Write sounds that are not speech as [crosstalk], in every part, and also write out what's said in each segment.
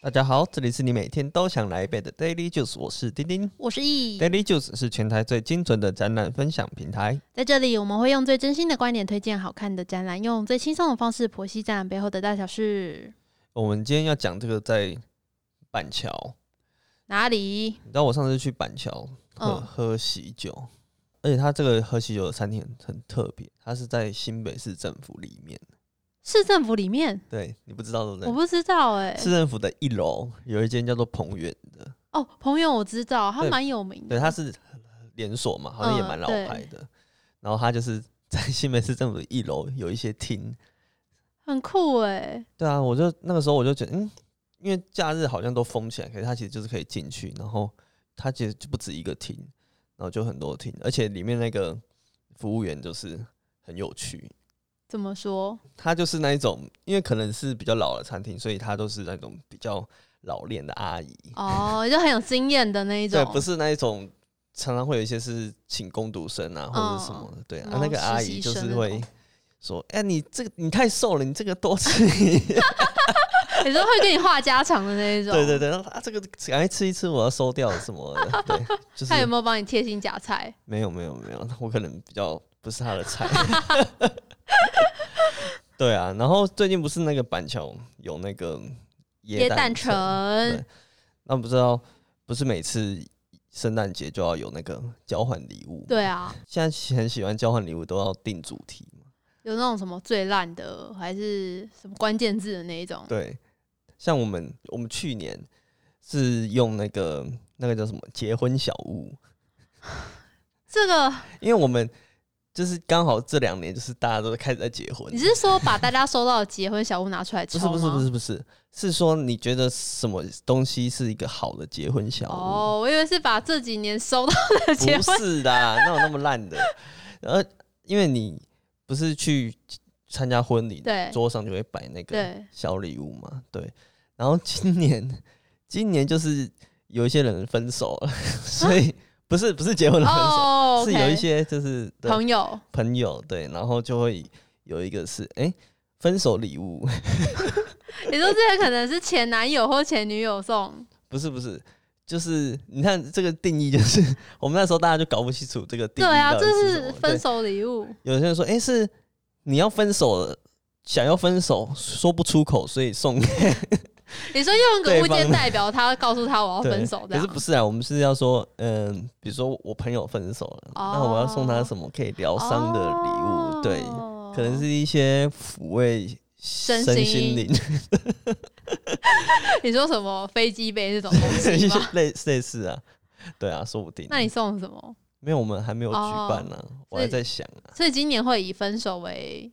大家好，这里是你每天都想来一杯的 Daily Juice，我是丁丁。我是易， Daily Juice 是全台最精准的展览分享平台。在这里我们会用最真心的观点推荐好看的展览，用最轻松的方式剖析展览背后的大小事。我们今天要讲这个在板桥，哪里？你知道我上次去板桥喝、嗯喝喜酒，而且它这个喝喜酒的餐厅很很特别，它是在新北市政府里面。市政府里面？对你不知道对不我对？不知道哎、市政府的一楼有一间叫做彭源的，哦，朋友我知道，他对蛮有名的。对，它是连锁嘛，好像也蛮老嗯对牌的。然后它就是在新北市政府的一楼有一些厅，很酷哎、对啊，我就那个时候我就觉得，嗯，因为假日好像都封起来，可是它其实就是可以进去，然后它其实就不止一个厅，然后就很多厅，而且里面那个服务员就是很有趣，怎么说？他就是那一种，因为可能是比较老的餐厅，所以他都是那种比较老练的阿姨，哦， [laughs] 就很有经验的那一种对，。不是那一种。常常会有一些是请工读生啊，或者是什么的，对啊，哦然后那个阿实姨习就生是那会种说：“哎、你这个你太瘦了，你这个多吃一 [laughs] 也是会跟你话家常的那一种。对对对，然后啊，这个赶快吃一吃，我要收掉什么的。对，就是他有没有帮你贴心夹菜？没有没有没有，我可能比较不是他的 [laughs] 菜。对啊，然后最近不是那个板桥有那个椰蛋城，城对那不知道不是每次圣诞节就要有那个交换礼物？，对啊，现在很喜欢交换礼物，都要定主题嘛。有那种什么最烂的，还是什么关键字的那一种？对，像我们我们去年是用那个那个叫什么结婚小屋，这个因为我们就是刚好这两年就是大家都开始在结婚你，是说把大家收到的结婚小物拿出来不抽是吗？不是不是不是，是说你觉得什么东西是一个好的结婚小屋？哦，我以为是把这几年收到的结不婚是啦，哪有那么烂的？而因为你不是去参加婚礼， [laughs] 对桌上就会摆那个对小礼物嘛，对。然后今年今年就是有一些人分手了， [laughs] 所以不是不是结婚了分手， [laughs] 哦，是有 OK 一些就是对朋友朋友，对，然后就会有一个是哎、诶分手礼物， [laughs] 你说这个可能是前男友或前女友送，不是不是，就是你看这个定义，就是 [laughs] 我们那时候大家就搞不清楚这个定对义啊，到这底是什是么分。对手礼物，有些人说哎、诶是你要分手了，想要分手说不出口，所以送给你说用一对个物件方代表他，告诉他我 [laughs] 要对哦分手可这是样不。是啊，我们是要说嗯、比如说我朋友分手了，那我要送他哦什么可以疗伤的礼物？对，哦可能是一些抚慰身身心心灵。你说什么飞机杯这种东西一些 [laughs] 吗？类类似啊，对啊，说不定。那你送什么？没有，我们还没有举哦办呢、我还是在想啊。所以今年会以分手为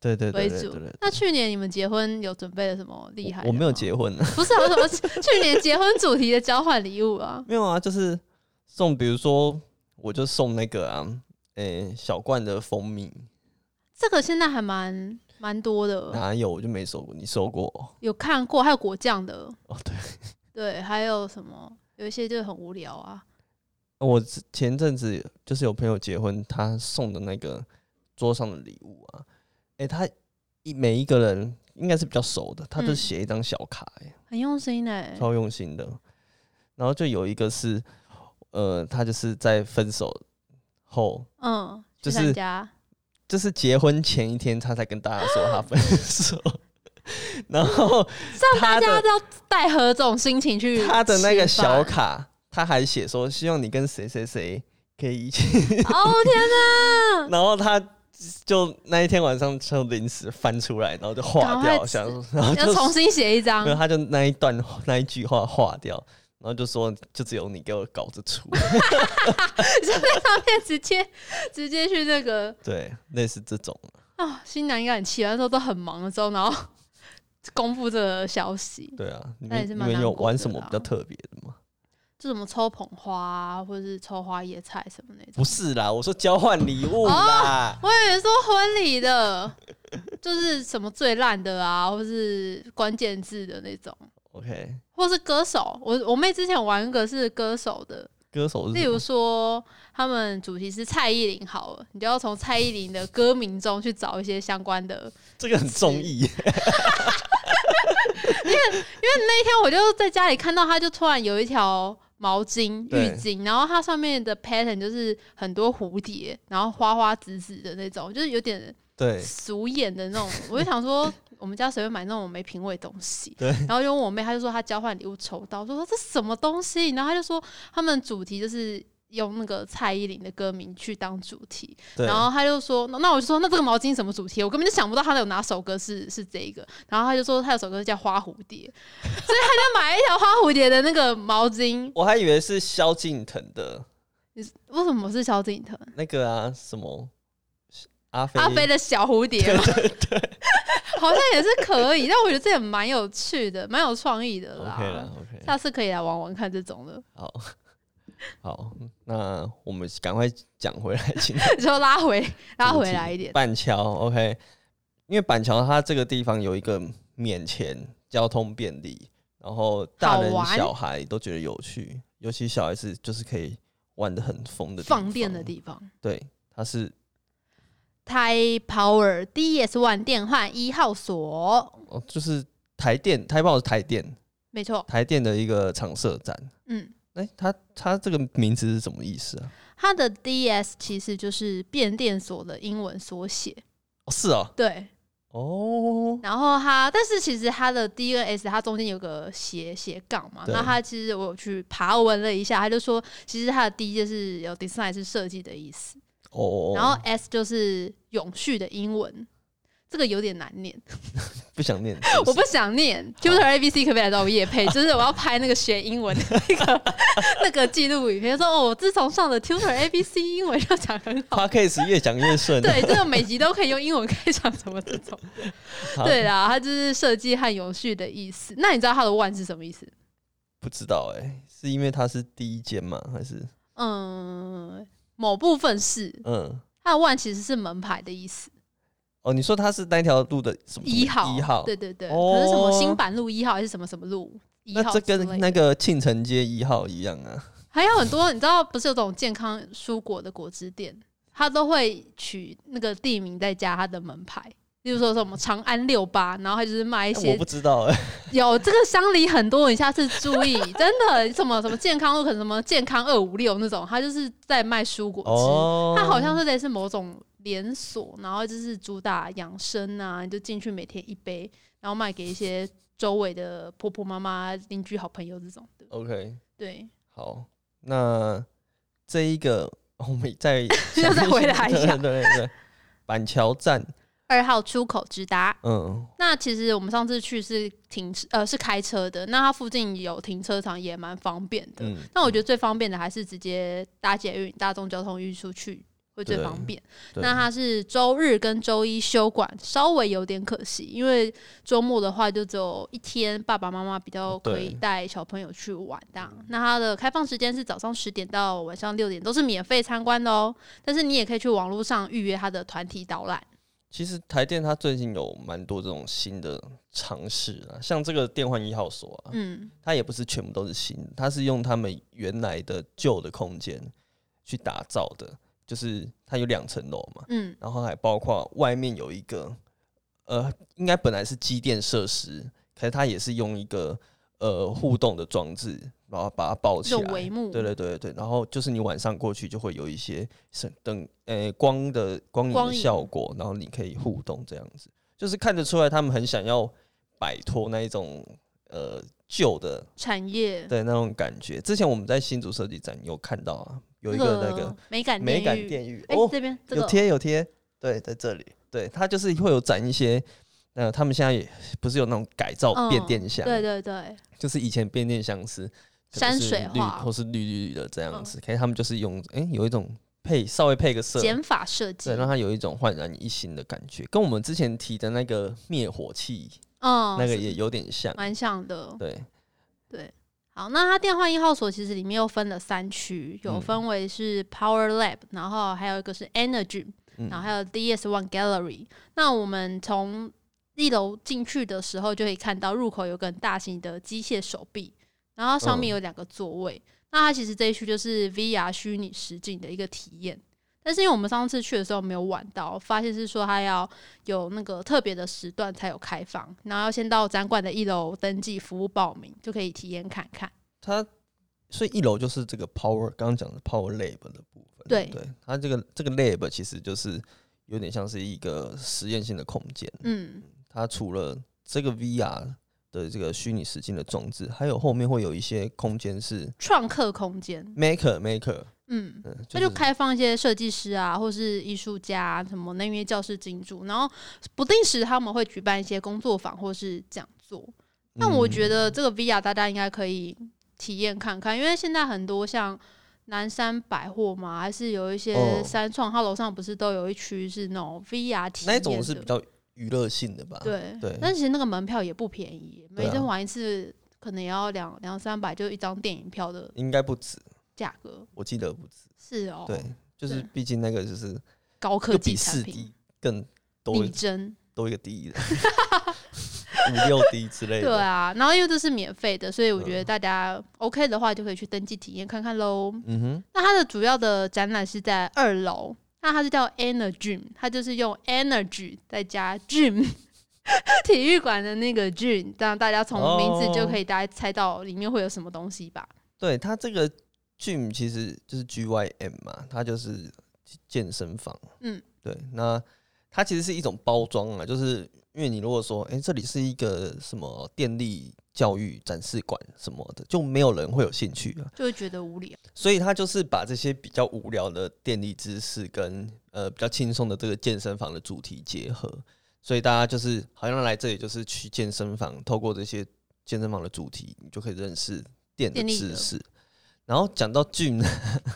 对对对为对对主对对。。那去年你们结婚有准备了什么厉害我我的没有吗结婚啊，不是、啊，我么去年结婚主题的交换礼物啊？没有啊，就是送，比如说我就送那个啊，诶、小罐的蜂蜜，这个现在还蛮蛮多的，哪有我就没收过，你收过哦？有看过，还有果酱的，哦对，对，还有什么？有一些就很无聊啊。我之前阵子就是有朋友结婚，他送的那个桌上的礼物啊，诶、他一每一个人应该是比较熟的，他就嗯写一张小卡、欸，很用心欸呢、超用心的。然后就有一个是，呃，他就是在分手后，嗯，就去是参加，就是结婚前一天，他才跟大家说他分手。 [laughs] 然后这样他大家的都要带何种心情去他的那个吃饭小卡，他还写说希望你跟谁谁谁可以一起。 [laughs] 哦天哪！然后他就那一天晚上就临时翻出来，然后就赶划快掉，想说然后要就重新写一张没，有，他就那一段那一句话划掉，然后就说就只有你给我搞得出， [laughs] 就在上面直接直接去那个对，类似这种。啊、新娘应该很气，那时候都很忙的时候，然后 [laughs] 公布这个消息，对啊，你那也们是你蛮们难有过玩的什么啦比较特别的吗？就什么抽捧花啊，或者是抽花野菜什么那种。不是啦，我说交换礼哦物啦。我以为说婚礼的，就是什么最烂的啊，或是关键字的那种， OK，或是歌手。我我妹之前有玩一个是歌手的，歌手是例什如么说他们主题是蔡依林好了，你就要从蔡依林的歌名中去找一些相关的，这个很中意，因为那天我就在家里看到，它就突然有一条毛巾对浴巾，然后它上面的 pattern 就是很多蝴蝶，然后花花紫紫的那种，就是有点对俗眼的 [laughs] 那种。我就想说，我们家谁会买那种没品味的东西？对然后就问我妹，她就说她交换礼物抽到，我就说这什么东西？然后她就说他们主题就是用那个蔡依林的歌名去当主题，对，然后他就说，那那我就说，那这个毛巾什么主题？我根本就想不到他有哪首歌是是这个。然后他就说，他有首歌叫《花蝴蝶》，所以他就买了一条花蝴蝶的那个毛巾。我还以为是萧敬腾的你是为什么是萧敬腾？那个啊什么阿飞阿飞的小蝴蝶吗？ [laughs] 好像也是可以，但我觉得这也蛮有趣的，蛮有创意的啦。 OK 啦 OK，下次可以来玩玩看这种的， [laughs] 好 [laughs] 好，那我们赶快讲回来今天。就拉回拉主回题来一点。板桥，OK，因为板桥它这个地方有一个免钱、交通便利，然后大人好玩小孩都觉得有趣，尤其小孩子就是可以玩的很疯的地方放电的。地方对，它是，Tai Power DS One 电换一号锁，哦，就是台电，台报是台电，没错，台电的一个常设展。嗯。哎、它它这个名字是什么意思啊？它的 DS 其实就是变电所的英文缩写，哦是哦，对。哦，然后它，但是其实它的 D N S 它中间有个斜斜杠嘛，对那它其实我有去爬文了一下，它就说其实它的 D 就是有 design 是设计的意思，哦，然后 S 就是永续的英文。这个有点难念，不想念， [laughs] 我不想念。Tutor A B C 可不可以来找我夜配？ [laughs] 就是我要拍那个学英文的那个 [laughs] 那个记录影片，说哦，我自从上了 Tutor A B C 英文就讲很好 p。o d c a s 越讲越顺。对，这个每集都可以用英文开场什么这种。 [laughs] 好对啦，它就是设计和永续的意思。那你知道它的 one 是什么意思？不知道哎、是因为它是第一间吗？还是嗯，某部分是嗯它的 one 其实是门牌的意思，哦？你说它是那条路的什么一号，一号？对对对，哦可是什么新版路一号还是什么什么路一那号这之类的跟那个庆城街一号一样啊？还有很多，你知道不是有种健康蔬果的果汁店，它都会取那个地名再加它的门牌。例如说什么长安六八，然后它就是卖一些我不知道哎、有这个乡里很多，你下次注意，真的什么什么健康路，可能什么健康二五六那种，它就是在卖蔬果汁，哦，它好像是类似某种连锁，然后就是主打养生啊，你就进去每天一杯，然后卖给一些周围的婆婆妈妈、邻居、好朋友这种的。 OK 对，好，那这一个哦我们 [laughs] 再又再回来一下对对对，板桥站，二号出口直达。嗯，那其实我们上次去是停呃是开车的，那它附近有停车场也蛮方便的。嗯，那我觉得最方便的还是直接搭捷运、大众交通运输去会最对方便。对那它是周日跟周一休馆，稍微有点可惜，因为周末的话就只有一天，爸爸妈妈比较可以对带小朋友去玩的。那它的开放时间是早上十点到晚上六点，都是免费参观的哦。但是你也可以去网络上预约它的团体导览。其实台电它最近有蛮多这种新的尝试啊，像这个电换一号所啊，嗯，它也不是全部都是新的，它是用他们原来的旧的空间去打造的，就是它有两层楼嘛，嗯，然后还包括外面有一个，呃，应该本来是机电设施，可是它也是用一个呃互动的装置，然后把它抱这起种来帷。幕，对对对对，然后就是你晚上过去就会有一些是等呃光的光影光的影效果，然后你可以互动这样子，就是看得出来他们很想要摆脱那一种呃旧的产业对那种感觉。之前我们在新竹设计展有看到啊，有一个那个美感美感电狱，电狱哎、哦，这边这有个贴有贴，对，在这里，对，它就是会有展一些，呃，他们现在也不是有那种改造嗯变电箱，对对对，就是以前变电箱是可能山是水绿画嗯或是绿绿的这样子，可是他们就是用哎、有一种配稍微配个色。减法设计对，，让它有一种焕然一新的感觉，跟我们之前提的那个灭火器、嗯，那个是也有点像。蛮像的。对，好，那它电话一号所其实里面又分了三区，有嗯分为是 Power Lab，然后还有一个是 Energy，嗯然后还有 DS One Gallery。那我们从一楼进去的时候，就可以看到入口有个很大型的机械手臂，然后上面有两个座位。那它其实这一区就是 VR 虚拟实境的一个体验。但是因为我们上次去的时候没有晚到，发现是说它要有那个特别的时段才有开放，然后要先到展馆的一楼登记服务报名，就可以体验看看。它所以一楼就是这个 power，刚刚讲的 power lab 的部分。对不对，它这个这个 lab 其实就是有点像是一个实验性的空间。嗯，它除了这个 VR 的这个虚拟实境的装置，还有后面会有一些空间是创客空间， maker maker，嗯，嗯，那是就开放一些设计师啊，或是艺术家、啊、什么那边教室进驻，然后不定时他们会举办一些工作坊或是讲座。但我嗯觉得这个 VR 大家应该可以体验看看，因为现在很多像南山百货嘛，还是有一些哦三创，它楼上不是都有一区是那种 VR 体那一验种是比的，较娱乐性的吧？，对对但其实那个门票也不便宜，每对啊次玩一次可能也要两两三百，就一张电影票的应该不止，价格。我记得不止。是哦，对，，就是对毕竟那个就是高科就技比产四品 D 更多力争。多一个 D [laughs] 的，五六 D 之类的。对啊，然后因为这是免费的，所以我觉得嗯大家 OK 的话就可以去登记体验看看喽。嗯哼，那它的主要的展览是在二楼，那它是叫 Energy，它就是用 energy 再加 gym [laughs] 体育馆的那个 gym，让大家从名字哦就可以大家猜到里面会有什么东西吧。对它这个 gym 其实就是 GYM 嘛，它就是健身房。嗯，对，那它其实是一种包装啊，就是因为你如果说，哎、这里是一个什么电力教育展示馆什么的，就没有人会有兴趣啊。就会觉得无聊。所以他就是把这些比较无聊的电力知识跟呃比较轻松的这个健身房的主题结合，所以大家就是好像来这里就是去健身房，透过这些健身房的主题，你就可以认识电的电力的知识。然后讲到 gym，呢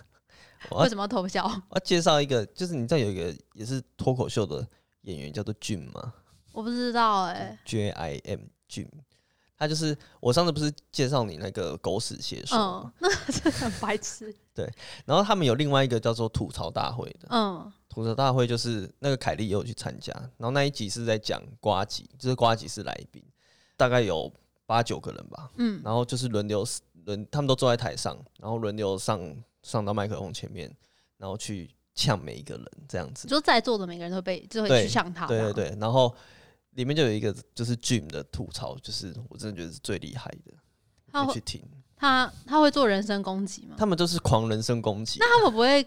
[laughs] 我为要什么要偷笑？我要介绍一个，就是你知道有一个也是脱口秀的演员叫做 Jim 吗 [laughs] 我不知道哎、 ？J I M Jim，他就是我上次不是介绍你那个狗屎写手吗？嗯， [laughs] 那真的很白痴。然后他们有另外一个叫做吐槽大会的，嗯，吐槽大会就是那个凯莉也有去参加，然后那一集是在讲瓜吉，就是瓜吉是来宾，大概有八九个人吧，嗯，然后就是轮流轮，他们都坐在台上，然后轮流上上到麦克风前面，然后去呛每一个人这样子你，说在座的每个人都被就会去对呛他。对对，对，然后里面就有一个就是 Jim 的吐槽，就是我真的觉得是最厉害的，他你会嗯去听，他他会做人身攻击吗？他们都是狂人身攻击，那他们不会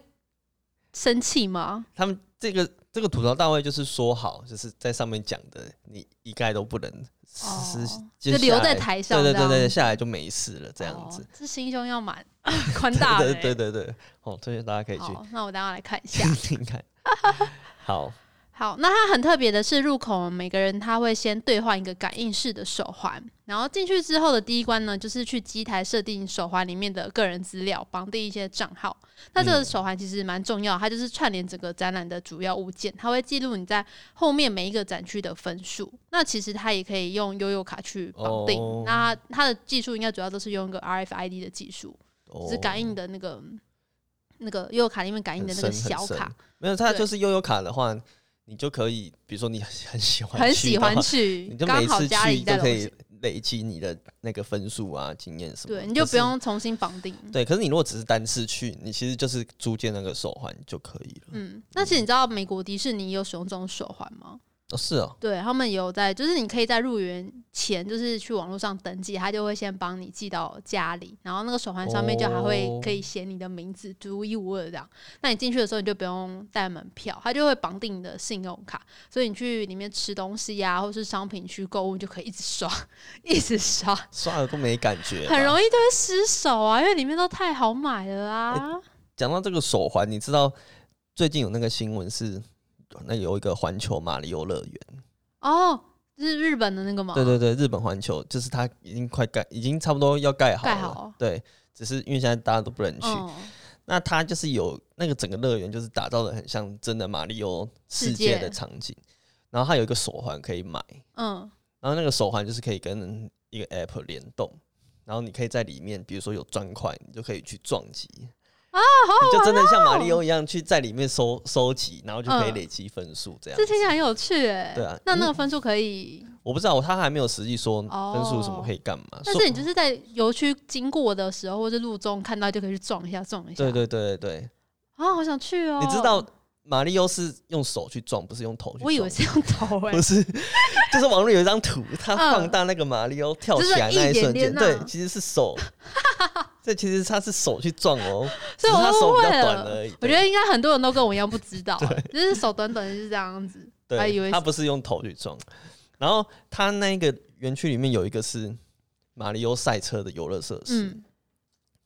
生气吗？他们这个这个吐槽大会就是说好，就是在上面讲的，你一概都不能实施，哦接就留下来在台上对这对样对对，下来就没事了，这样子哦。、这心胸要蛮 [laughs] 宽大的、 [laughs] 对欸。对对对对，哦，推荐大家可以去 [laughs] 好，那我等一下来看一下听。听看。好，好，那它很特别的是，入口每个人他会先兑换一个感应式的手环，然后进去之后的第一关呢，就是去机台设定手环里面的个人资料，绑定一些账号。那嗯这个手环其实蛮重要，它就是串联整个展览的主要物件，它会记录你在后面每一个展区的分数。那其实它也可以用悠悠卡去绑定，哦那它它的技术应该主要都是用一个 RFID 的技术， [laughs] 只是感应的那个那个悠悠卡里面感应的那个哦很深小哦很深卡，没有，它对就是悠悠卡的话，你就可以，比如说你很喜欢，很喜欢去的话，去 [laughs] 你，就刚每好次家去里在就楼可以下，累积你的那个分数啊、经验什么的。对，你就可不是用重新绑定。嗯对，可是你如果只是单次去，你其实就是租借那个手环就可以了。嗯，但是你知道美国迪士尼有使用这种手环吗？哦，是哦，对他们有在，就是你可以在入园前，就是去网络上登记，他就会先帮你寄到家里，然后那个手环上面就还会哦可以写你的名字，独一无二这样。那你进去的时候你就不用带门票，他就会绑定你的信用卡，所以你去里面吃东西呀、或是商品区购物，你就可以一直刷， [laughs] 一直刷，刷了都没感觉吧，很容易就会失手啊，因为里面都太好买了啊。讲到这个手环，你知道最近有那个新闻是，那有一个环球马里奥乐园，哦，是日本的那个吗？对对对，日本环球就是它已经快盖，已经差不多要盖好了，盖好对，只是因为现在大家都不能去，嗯，那它就是有那个整个乐园就是打造的很像真的马里奥世界的场景，然后它有一个手环可以买，嗯然后那个手环就是可以跟一个 app 联动。然后你可以在里面，比如说有砖块，你就可以去撞击，啊，好你好就玩真的像马哦里奥一样去在里面收收集，然后就可以嗯累积分数这样子。这听起来很有趣哎。对啊嗯那那个分数可以，我不知道，他还没有实际说哦分数什么可以干嘛。但说是你就是在游区经过的时候，或是路中看到就可以去撞一下，撞一下。对对对对对，啊，好想去哦！你知道，马里奥是用手去撞，不是用头去撞。我以为是用头 [laughs] 哎、不是，就是网络有一张 [laughs] 图，它放大那个马里奥跳起来那一瞬间，嗯就是一点点啊对，其实是 [laughs] 手。这其实他是手去撞哦，只所以是他我手误比会较短了而已。。我觉得应该很多人都跟我一样不知 [laughs] 道，啊就是手短短就是这样子。对，还以为是他不是用头去撞。然后他那个园区里面有一个是马里奥赛车的游乐设施，嗯，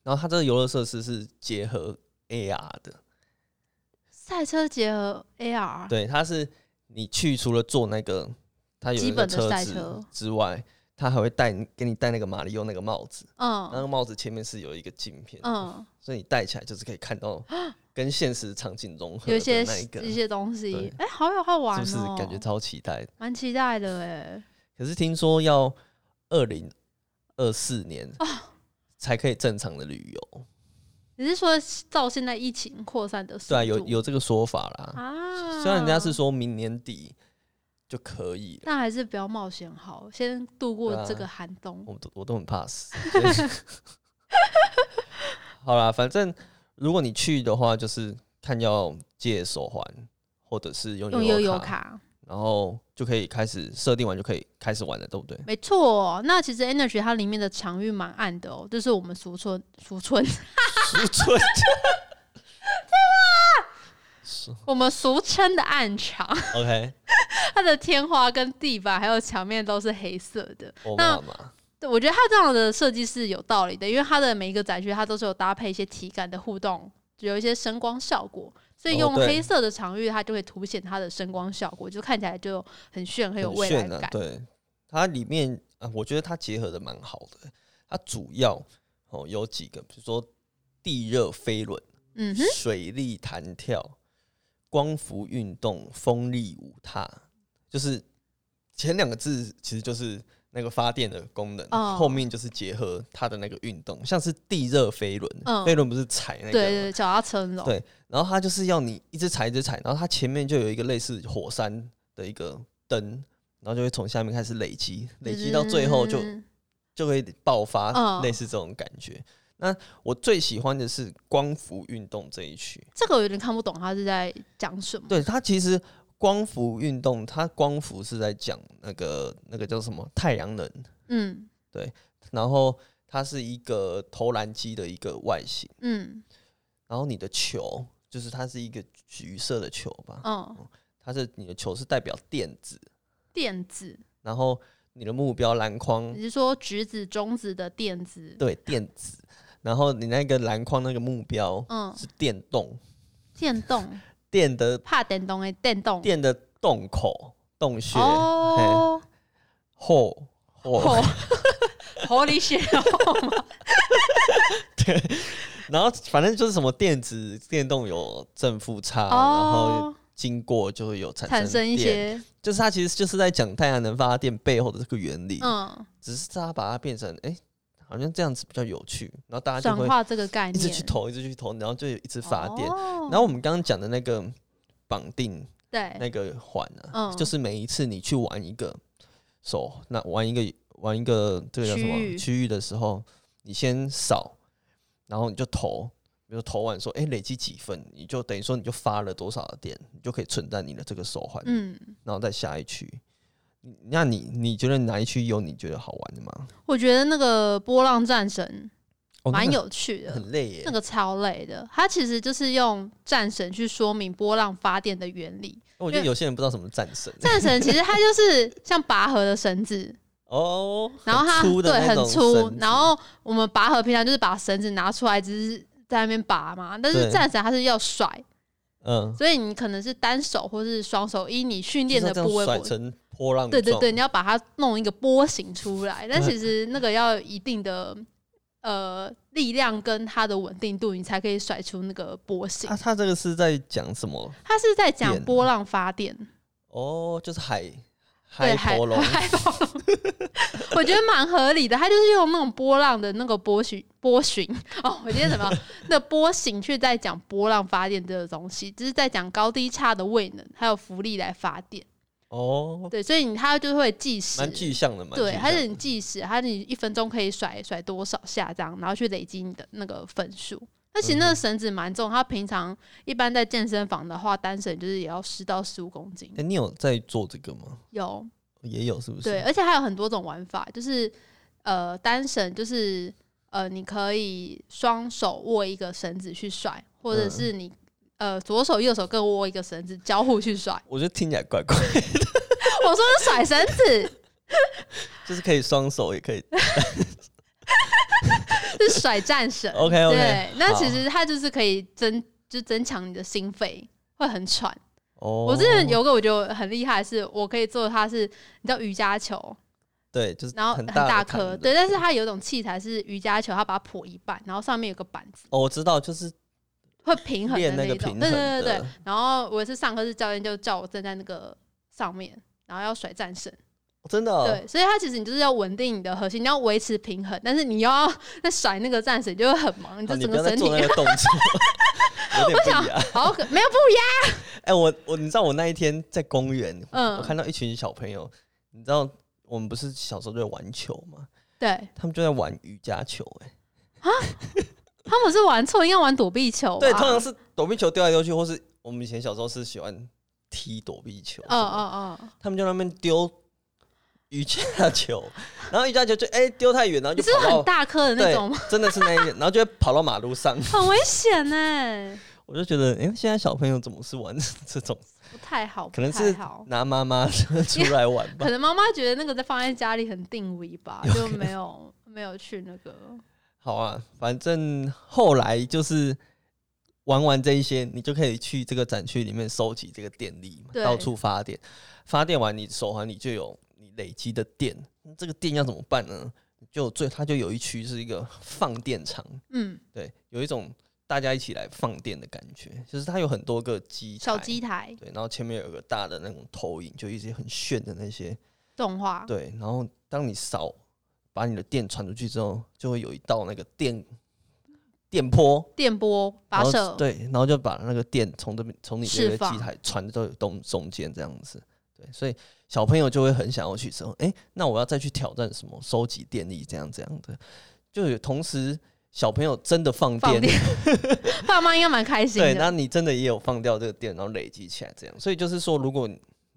然后它这个游乐设施是结合 AR 的，赛车结合 AR，对，它是你去除了坐那个它有一基个本的车赛子车之外，它还会戴给你戴那个马里奥那个帽子，那嗯个帽子前面是有一个镜片，嗯，所以你戴起来就是可以看 [gasps] 到跟现实场景融合有一些的那一个，一些东西对，哎、好有好玩是哦、不是感觉超期待的？蛮期待的哎、可是听说要二零二四年哦才可以正常的旅游，你是说照现在疫情扩散的速度？对啊，有有这个说法啦。啊，虽然人家是，说明年底就可以了，但还是不要冒险好，先度过对啊这个寒冬。我都我都很怕死。所以 [laughs] 好啦，反正如果你去的话，就是看要借手环或者是用用悠悠卡，游卡，然后就可以开始设定完就可以开始玩了，对 [laughs] 不对？没错。哦那其实 Energy 它里面的场域蛮暗的哦，就是我们俗村俗村，俗村是我们俗称的暗场， [laughs] OK，它的天花跟地板还有墙面都是黑色的。我那妈妈。对，我觉得它这样的设计是有道理的，因为它的每一个展区它都是有搭配一些体感的互动，有一些声光效果，所以哦用对黑色的场域它就会凸显它的声光效果，就看起来就很炫，很有很未来炫啊感。对，它里面啊，我觉得它结合的蛮好的。它主要哦有几个，比如说地热飞轮、嗯哼，水力弹跳、光伏运动、风力舞踏，就是前两个字其实就是那个发电的功能，哦后面就是结合它的那个运动，像是地热飞轮，嗯飞轮不是踩那对个吗。对对，脚踏车那种，对然后它就是要你一直踩一直踩，然后它前面就有一个类似火山的一个灯，然后就会从下面开始累积，累积到最后就、嗯就会爆发，嗯类似这种感觉。那我最喜欢的是光伏运动这一区，这个我有点看不懂，它是在讲什么？对它其实光伏运动，它光伏是在讲那个那个叫什么太阳能，嗯然后它是一个投篮机的一个外形，嗯然后你的球就是它是一个橘色的球吧，嗯，它是你的球是代表电子，电子，然后你的目标篮筐你是说橘子、中子的电子？对电子，然后你那个篮筐那个目标嗯，是电动，电动，电的怕电动的电动。电的洞口洞穴哦，后后，哦 [laughs] ，Holy shit！然后反正就是什么电子电动有正负差，啊然后哦，经过就会有产产生一电，些就是它其实就是在讲太阳能发电背后的这个原理，嗯只是它把它变成哎、诶好像这样子比较有趣，然后大家转就会化这个概一直念，去投，一直去投，然后就有一直发电。哦然后我们刚刚讲的那个绑定对，那个环啊，嗯就是每一次你去玩一个手，那玩一个玩一个这个叫什区域么区域的时候，你先扫，然后你就投，比如投完说，哎、累积几分，你就等于说你就发了多少的点，你就可以存在你的这个手环，嗯，然后再下一区。你那你你觉得哪一区有你觉得好玩的吗？我觉得那个波浪战神哦蛮、那有趣个的。很累耶那。个超累的，它其实就是用战神去说明波浪发电的原 [laughs] 理。我觉得有些人不知道什么战神战神其实它就是像拔河的绳子，哦，然后它很粗的对那很种绳粗，子然后我们拔河平常就是把绳子拿出来，只是在那边拔嘛。但是对战神它是要甩，嗯，所以你可能是单手或是双手，依你训练的就是要这样部位甩不成波浪对对状对，你要把它弄一个波形出来，但其实那个要有一定的呃力量跟它的稳定度，你才可以甩出那个波形他。他这个是在讲什么？它是在啊讲电啊波浪发电，哦，就是海对海海波龙， [laughs] 海波龙我觉得蛮合理的。它就是用那种波浪的那个波形波形哦，我今天怎么那波形去在讲波浪发电这个东西，就是在讲高低差的位能还有浮力来发电。 [laughs] 哦，对，所以你它就会计时，蛮具象的，蛮嗯对，具它象是你计时，它是你一分钟可以甩甩多少下这样，然后去累积你的那个分数。那其实嗯那个绳子蛮重，它平常一般在健身房的话，单绳就是也要十到十五公斤哎、。你有在做这个吗？有也有是不是？对，，而且还有很多种玩法，就是呃单绳就是呃你可以双手握一个绳子去甩，或者嗯是你。呃，左手右手各握一个绳子，交互去甩。我觉得听起来怪怪，我说是甩绳子，就是可以双手也 [laughs] 可以。是甩战神。 OK OK，对，那好其实它就是可以增，就增强你的心肺，会很喘。哦，我之前有个我觉得很厉害的是，我可以做它是，你知道瑜伽球，对，就是然后很很大大的颗，盘对，但是它有一种器材是瑜伽球，它把它剖一半，然后上面有个板子，哦，我知道，就是会平衡的练那一个种。平衡对对对的对。对然后我也是上课是教练就叫我站在那个上面，然后要甩战神。真的哦、对，所以它其实你就是要稳定你的核心，你要维持平衡，但是你又要 [laughs] 在甩那个战神，就会很忙，你好哦就你整不要再个身做那体个动作， [laughs] 有点不一样。好可没有不哎、我我你知道我那一天在公园，嗯我看到一群小朋友，你知道我们不是小时候就在玩球吗？对，他们就在玩瑜伽球、哎，他们是玩错，应该玩躲避球吧。对，通常是躲避球丢来丢去，或是我们以前小时候是喜欢踢躲避球，嗯嗯嗯，他们就在那边丢瑜伽球， [laughs] 然后瑜伽球就哎丢、太远，然后你就是不是跑很到。大颗的那对种吗？，真的是那一点，然后就会跑到马路上， [laughs] 很危险呢，我就觉得，哎、现在小朋友怎么是玩这种？不太好，可能不太是好。拿妈妈出来玩吧可。能妈妈觉得那个在放在家里很定位吧， [laughs] 就没有没有去那个。好啊，反正后来就是玩完这一些，你就可以去这个展区里面收集这个电力嘛，对到处发电。发电完，你手环里就有你累积的电，这个电要怎么办呢？就最它就有一区是一个放电场，嗯，对，有一种大家一起来放电的感觉，就是它有很多个机小台机台对，然后前面有个大的那种投影，就一些很炫的那些动画，对，然后当你扫把你的电传出去之后，就会有一道那个电电波电波然发后射，对，然后就把那个电从这边从你这释个放机台传到东中间这样子。对，所以小朋友就会很想要去说，哎、那我要再去挑战什么收集电力这样这样的，就有同时小朋友真的放放电，电爸妈应该蛮开心 [laughs] 对，的。那你真的也有放掉这个电，然后累积起来这样。所以就是说，如果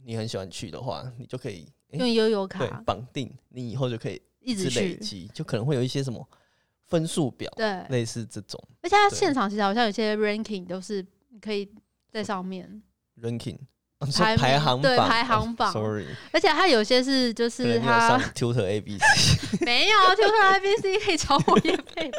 你很喜欢去的话，你就可以、诶用悠游对卡绑定，你以后就可以一直累去，积，就可能会有一些什么分数表，对，类似这种而且它对现场其实好像有些 ranking 都是你可以在上面， ranking，啊你说排名排行榜，对排行榜哦 Sorry，而且它有些是就可能是你有上它 Tutor [laughs] ABC，没有啊 Tutor IBC 可以找我也配。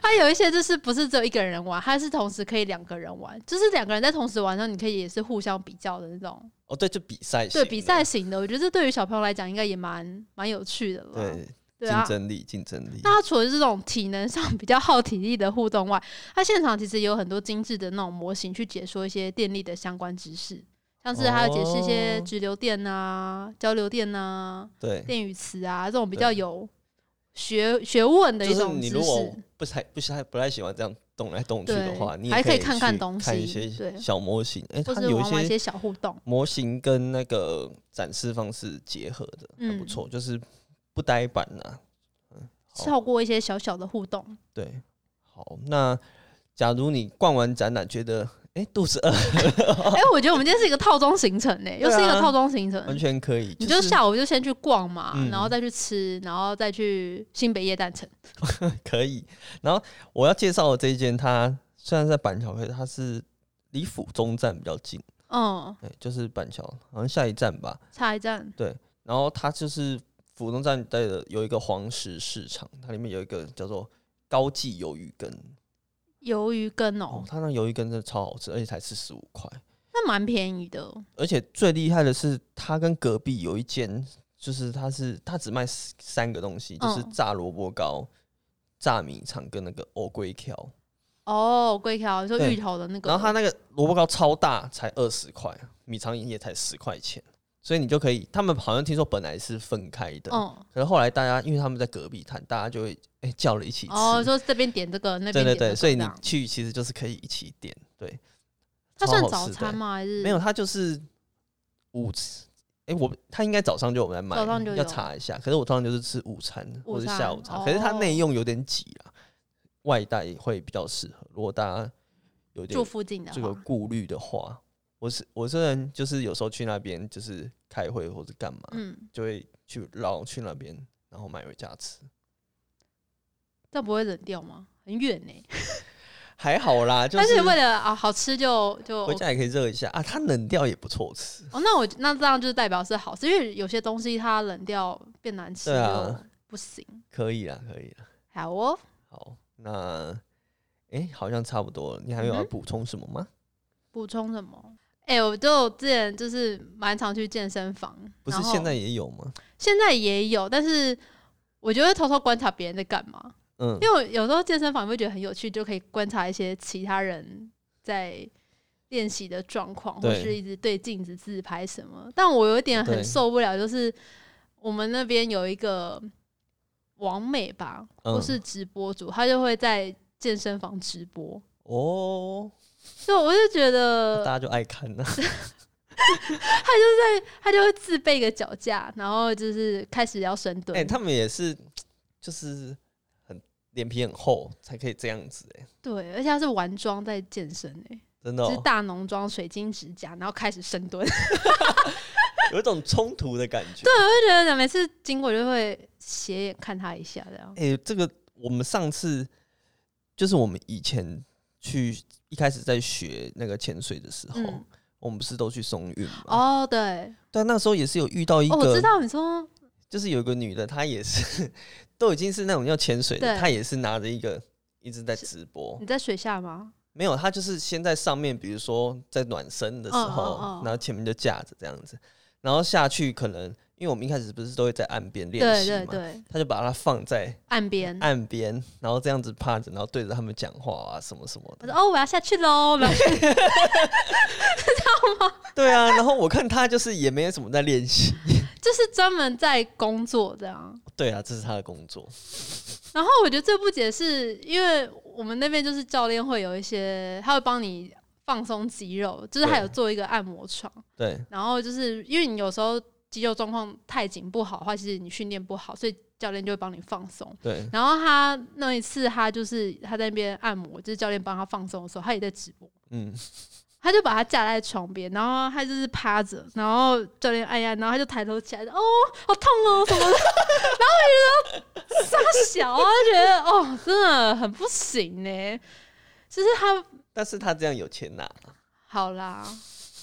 它有一些就是不是只有一个人玩，它是同时可以两个人玩，就是两个人在同时玩的时候，你可以也是互相比较的那种，哦对，就比赛型对的，比赛型的。我觉得这对于小朋友来讲应该也蛮蛮有趣的了。对对竞啊。争力，竞争力，那它除了这种体能上比较耗体力的互动外，它现场其实也有很多精致的那种模型去解说一些电力的相关知识，像是还有解释一些哦直流电啊、交流电啊、对，电语词啊这种比较有学学问的就一是种你知如果识。不太不太不太喜欢这样动来动去的对话，你还也可以以看看去东看一西些对小模型，哎，或它是有玩玩一一些些小互动，模型跟那个展示方式结合的，很不嗯错，就是不呆板呐，好透过一些小小的 [laughs] 互动，对，好，那假如你逛完展览觉得哎、诶肚子饿，哎、我觉得我们今天是一个套装行程呢、又是一对个啊套装行程。完全可以，你就就是下午就先去逛嘛，嗯然后再去吃，然后再去新北夜诞城。可以。然后我要介绍的这一间，它虽然在板桥，可是它是离府中站比较近，嗯，哎、就是板桥好像下一站吧。下一站然后它就是府中站在的有一个黄石市场，它里面有一个叫做高记鱿鱼羹，鱿鱼羹哦哦，，它那鱿鱼羹真的超好吃，而且才四十五块。那蛮便宜的。而且最厉害的是，它跟隔壁有一间，就是它是它只卖三三个东西，就是嗯炸萝卜糕、炸米肠跟那个藕龟条。哦，龟条就对芋头的那个，嗯然后它那个萝卜糕超大，才二十块，米肠也才十块钱，所以你就可以。他们好像听说本来是分开的，嗯，可是后来大家因为他们在隔壁摊，大家就会哎、叫了一起吃。哦，说这边点这个，那对对边点这对，个所以这你样去其实就是可以一起点，对，它算超好早吃的餐吗？还是没有，它就是午餐。哎、我它应该早上就有来卖，早上就要有查一下。可是我通常就是吃午餐午或者餐哦下午茶，可是它内用有点挤啦，啊外带会比较适合。如果大家有点住附近的这个话，顾虑的话，我是我虽然就是有时候去那边就是开会或者干嘛，嗯，就会去绕去那边，然后买回家吃，但不会冷掉吗？很远呢、还好啦，就但是是为了啊好吃就就回家也可以热一下啊，它冷掉也不错吃。哦，那我那这样就是代表是好吃，因为有些东西它冷掉变难吃对啊就不行。可以啦，可以啦。好哦，好，那哎、诶好像差不多了。你还有要嗯哼补充什么吗？补充什么？哎、我就之前就是蛮常去健身房，不是然后现在也有吗？现在也有，但是我就会偷偷观察别人在干嘛，嗯因为我有时候健身房会觉得很有趣，就可以观察一些其他人在练习的状况，或对是一直对镜子自拍什么。但我有一点很对受不了，就是我们那边有一个王美吧，嗯或是直播主，他就会在健身房直播，哦，所以我就觉大 [laughs] 家得就爱看呐、他就会自备一个脚架，然后就是开始要深蹲。哎、他们也是，就是很脸皮很厚才可以这样子、哎，对，而且他是完妆在健身诶、真的、就是哦、大浓妆、水晶指甲，然后开始深蹲。有一种冲突的感觉。我就觉得每次经过就会斜眼看他一下，这样。哎、这个我们上次就是我们以前去一开始在学那个潜水的时候，嗯，我们不是都去松韵吗？哦，对，但那时候也是有遇到一哦，我知个，道你说，就是有一个女的，她也是 [laughs] 都已经是那种要潜水的，对她也是拿着一个一直在直播你，在水下吗？没有，她就是先在上面，比如说在暖身的时候，嗯嗯嗯然后前面就架着这样子，然后下去可能因为我们一开始不是都会在岸边练对习嘛，对嗯对，她就把它放在岸边。岸边，然后这样子趴着，然后对着他们讲话啊什么什么我的说，哦，我要下去喽， [laughs] 然后就对啊，然后我看她就是也没有什么在练习， [laughs] 就是专门在工作这样。对啊，这是她的工作，然后我觉得最不解是，因为我们那边就是教练会有一些，他会帮你放松肌肉，就是他对有做一个按摩床，对，然后就是因为你有时候肌肉状况太紧不好的话，其实你训练不好，所以教练就会帮你放松。对，然后他那一次，他就是他在那边按摩，就是教练帮他放松的时候，他也在直播，嗯，他就把他架在床边，然后他就是趴着，然后教练按一按，然后他就抬头起来，哦，好痛哦什么的， [laughs] 然后我就觉得傻小啊，就觉得哦，真的很不行呢。就是他但是她这样有钱拿、好啦，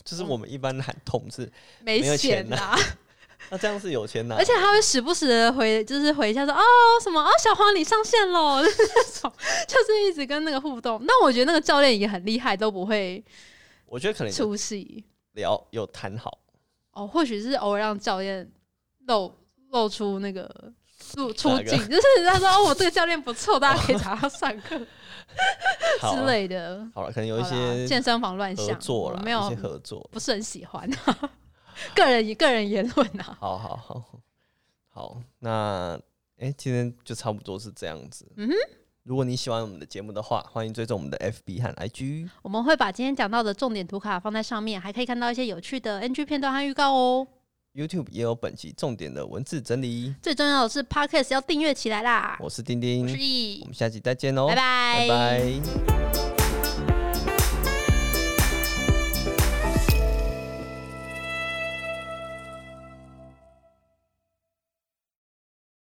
就是嗯我们一般喊痛是，没没有钱钱啦， [laughs] 那这样是有钱拿，而且他会时不时的回，就是回一下说哦什么哦小黄你上线喽， [laughs] 就是那种，就是一直跟那个互动。那我觉得那个教练也很厉害，都不会我觉得可能有出戏聊有谈好，哦，或许是偶尔让教练露露出那个露出哪个镜，就是他说哦，我这个教练不错，大家可以找他上课 [laughs] 好之啊类的。好了，可能有一好啦些健身房乱合象，作我啦，没一有些合作，不是很喜欢、 [laughs] 个人个人言论啊。好好好好，那哎、诶今天就差不多是这样子。嗯哼如果你喜欢我们的节目的话，欢迎追踪我们的 FB 和 IG。我们会把今天讲到的重点图卡放在上面，还可以看到一些有趣的 NG 片段和预告哦。 YouTube 也有本集重点的文字整理。最重要的是 Podcast 要订阅起来啦！我是丁丁我，是我易们，下集再见喽，拜拜嗯哦拜拜